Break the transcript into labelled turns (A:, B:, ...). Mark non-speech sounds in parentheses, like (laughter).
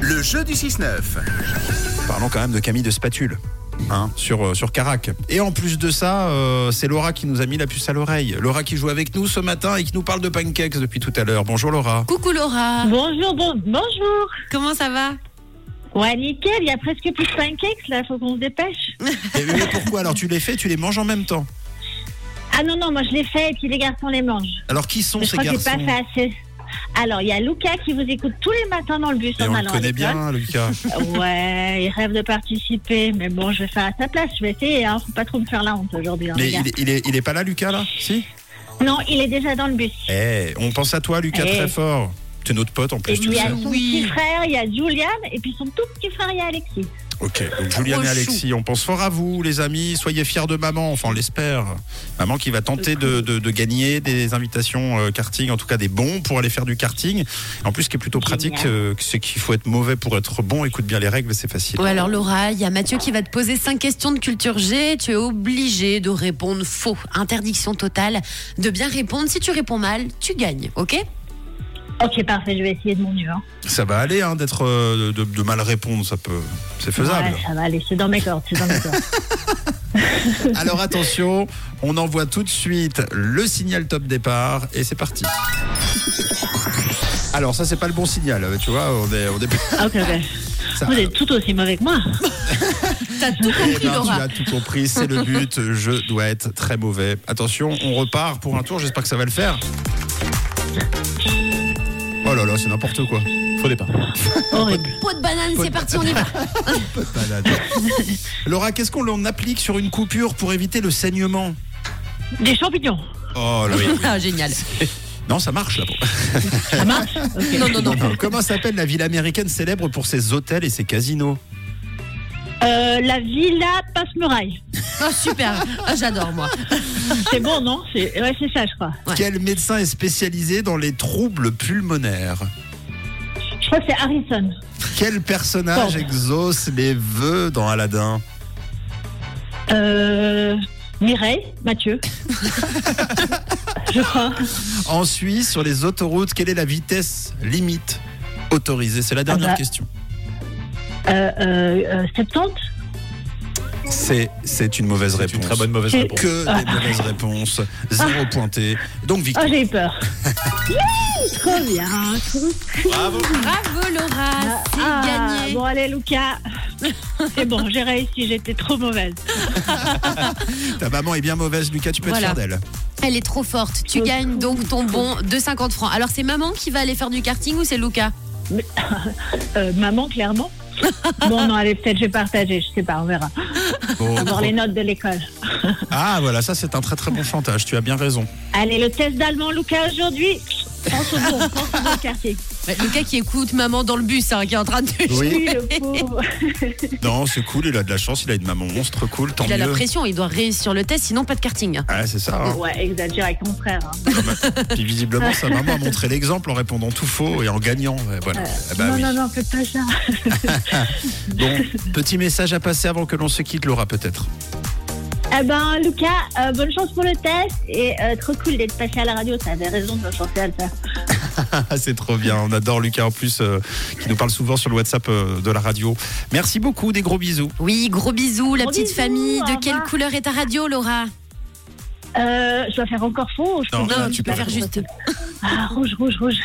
A: Le jeu du 6-9.
B: Parlons quand même de Camille de Spatule. hein, sur, euh, sur Carac. Et en plus de ça, euh, c'est Laura qui nous a mis la puce à l'oreille. Laura qui joue avec nous ce matin et qui nous parle de pancakes depuis tout à l'heure. Bonjour Laura.
C: Coucou Laura,
D: Bonjour, bon, bonjour.
C: comment ça va
D: Ouais, nickel, il y a presque plus de pancakes là, faut qu'on se dépêche.
B: Et mais pourquoi Alors tu les fais, tu les manges en même temps.
D: Ah non, non, moi je les fais et puis les garçons les mangent.
B: Alors qui sont
D: Mais je
B: ces
D: crois que j'ai
B: garçons
D: pas fait assez. Alors, il y a Lucas qui vous écoute tous les matins dans le bus
B: Et
D: en
B: on le
D: allant à
B: connaît
D: l'école.
B: bien, hein,
D: (laughs)
B: Lucas. (laughs)
D: Ouais, il rêve de participer, mais bon, je vais faire à sa place, je vais essayer, hein, faut pas trop me faire la honte aujourd'hui. hein,
B: Mais
D: les gars.
B: il est, il est- il est pas là, Lucas, là Si
D: Non, il est déjà dans le bus.
B: Eh, on pense à toi, Lucas,
D: Eh.
B: très fort. T'es notre pote en
D: Et
B: plus,
D: puis
B: tu
D: il
B: le
D: y a
B: sais.
D: son
C: Oui.
D: petit frère, il y a Julian, et puis son tout petit frère, il y a Alexis.
B: Ok, donc Julien
C: Oh,
B: et
C: chou.
B: Alexis, on pense fort à vous, les amis. Soyez fiers de maman, enfin, on l'espère. Maman qui va tenter de, de- de gagner des invitations euh, karting, en tout cas des bons pour aller faire du karting. En plus, ce qui est plutôt pratique, euh, c'est qu'il faut être mauvais pour être bon. Écoute bien les règles, c'est facile.
C: Ouais alors Laura, il y a Mathieu qui va te poser cinq questions de culture G, tu es obligé de répondre faux, interdiction totale de bien répondre, si tu réponds mal, tu gagnes, ok
D: Ok, parfait, je vais essayer de mon mieux. hein.
B: Ça va aller, hein, d'être euh, de, de mal répondre, ça peut, c'est faisable.
D: Ouais, ça va aller, c'est dans mes cordes, c'est
B: (laughs)
D: dans mes cordes.
C: (laughs)
B: Alors attention, on envoie tout de suite le signal top départ et c'est parti. Alors ça c'est pas le bon signal, euh, tu vois, on est, on est-
D: Ok, ok.
B: ça-
D: Vous êtes tout aussi mauvais que moi.
C: T'as tout
B: Eh ben,
C: compris
B: tu
C: Laura
B: as tout compris, c'est le but, je dois être très mauvais. Attention, on repart pour un tour, j'espère que ça va le faire. Oh là là, c'est n'importe quoi.
E: Faux départ.
D: Horrible.
C: Pot de banane, c'est parti, on y va
B: Malade.
C: (laughs)
B: Laura, qu'est-ce qu'on l'on applique sur une coupure pour éviter le saignement
D: Des champignons.
B: Oh là là.
C: (laughs) Ah génial
B: Non, ça marche là.
D: Ça marche Ok.
C: Non, non, non,
B: (laughs) Comment s'appelle la ville américaine célèbre pour ses hôtels et ses casinos
D: Euh, la villa passe-muraille.
C: Ah, super, Ah, j'adore moi
D: C'est bon, non c'est... Ouais, c'est ça, je crois.
C: Ouais.
B: Quel médecin est spécialisé dans les troubles pulmonaires
D: Je crois que c'est Harrison.
B: Quel personnage
D: Pardon.
B: exauce les vœux dans Aladdin
D: Euh, Mireille, Mathieu. je crois.
B: En Suisse, sur les autoroutes, quelle est la vitesse limite autorisée C'est la dernière
D: bah.
B: question.
D: Euh, euh, euh, 70
B: C'est c'est une mauvaise
E: C'est une
B: réponse.
E: très bonne mauvaise
D: C'est- Ah.
E: réponse.
B: Que des mauvaises réponses. Zéro pointé. Donc
D: Oh,
B: victoire.
D: j'ai
E: (laughs)
D: eu peur. Yay Trop bien. Trop...
C: Bravo Laura, c'est
D: Ah,
C: gagné
D: Bon, allez, Lucas. C'est bon, j'ai réussi, j'étais trop mauvaise.
B: Ta maman est bien mauvaise, Lucas, tu peux
C: Voilà.
B: être fier d'elle.
C: Elle est trop forte, tu gagnes donc ton bon de 50 francs. Alors c'est maman qui va aller faire du karting ou c'est Lucas
D: Euh, maman, clairement. Bon, non, allez, peut-être je vais partager, je sais pas, on verra.
B: Bon.
D: Avoir les notes de l'école.
B: Ah voilà, ça c'est un très très bon chantage, tu as bien raison.
D: Allez, le test d'allemand, Lucas, aujourd'hui. Prends ce bon, prends ce bon quartier.
C: Ouais, Lucas qui écoute maman dans le bus, hein, qui est en train de
D: Oui,
C: jouer.
D: le pauvre.
B: Non, c'est cool, il a de la chance, il a une maman monstre, cool, tant
C: Il a la
B: mieux.
C: pression, il doit réussir le test, sinon pas de karting.
B: Ah, c'est ça. hein.
D: Ouais, exagère avec mon frère. hein.
B: Puis visiblement, sa maman a montré l'exemple en répondant tout faux et en gagnant. Ouais, voilà. Eh ben
D: Euh, non,
B: oui.
D: non, non, fais pas ça.
B: Bon, petit message à passer avant que l'on se quitte, Laura, peut-être.
D: Eh ben, Lucas, euh, bonne chance pour le test. Et euh, trop cool d'être passé à la radio. T'avais raison de me chanter à le faire.
B: Ah, c'est trop bien. On adore Lucas en plus, euh, qui nous parle souvent sur le WhatsApp euh, de la radio. Merci beaucoup, des gros bisous.
C: Oui, gros bisous, la
D: Gros
C: petite
D: bisous,
C: famille.
D: au
C: De quelle
D: revoir.
C: couleur est ta radio, Laura
D: Euh, je dois faire encore faux ou je
B: Non,
D: peux
B: non,
D: dire-
B: tu peux
C: Faire
B: répondre.
C: juste.
D: Ah, rouge, rouge, rouge.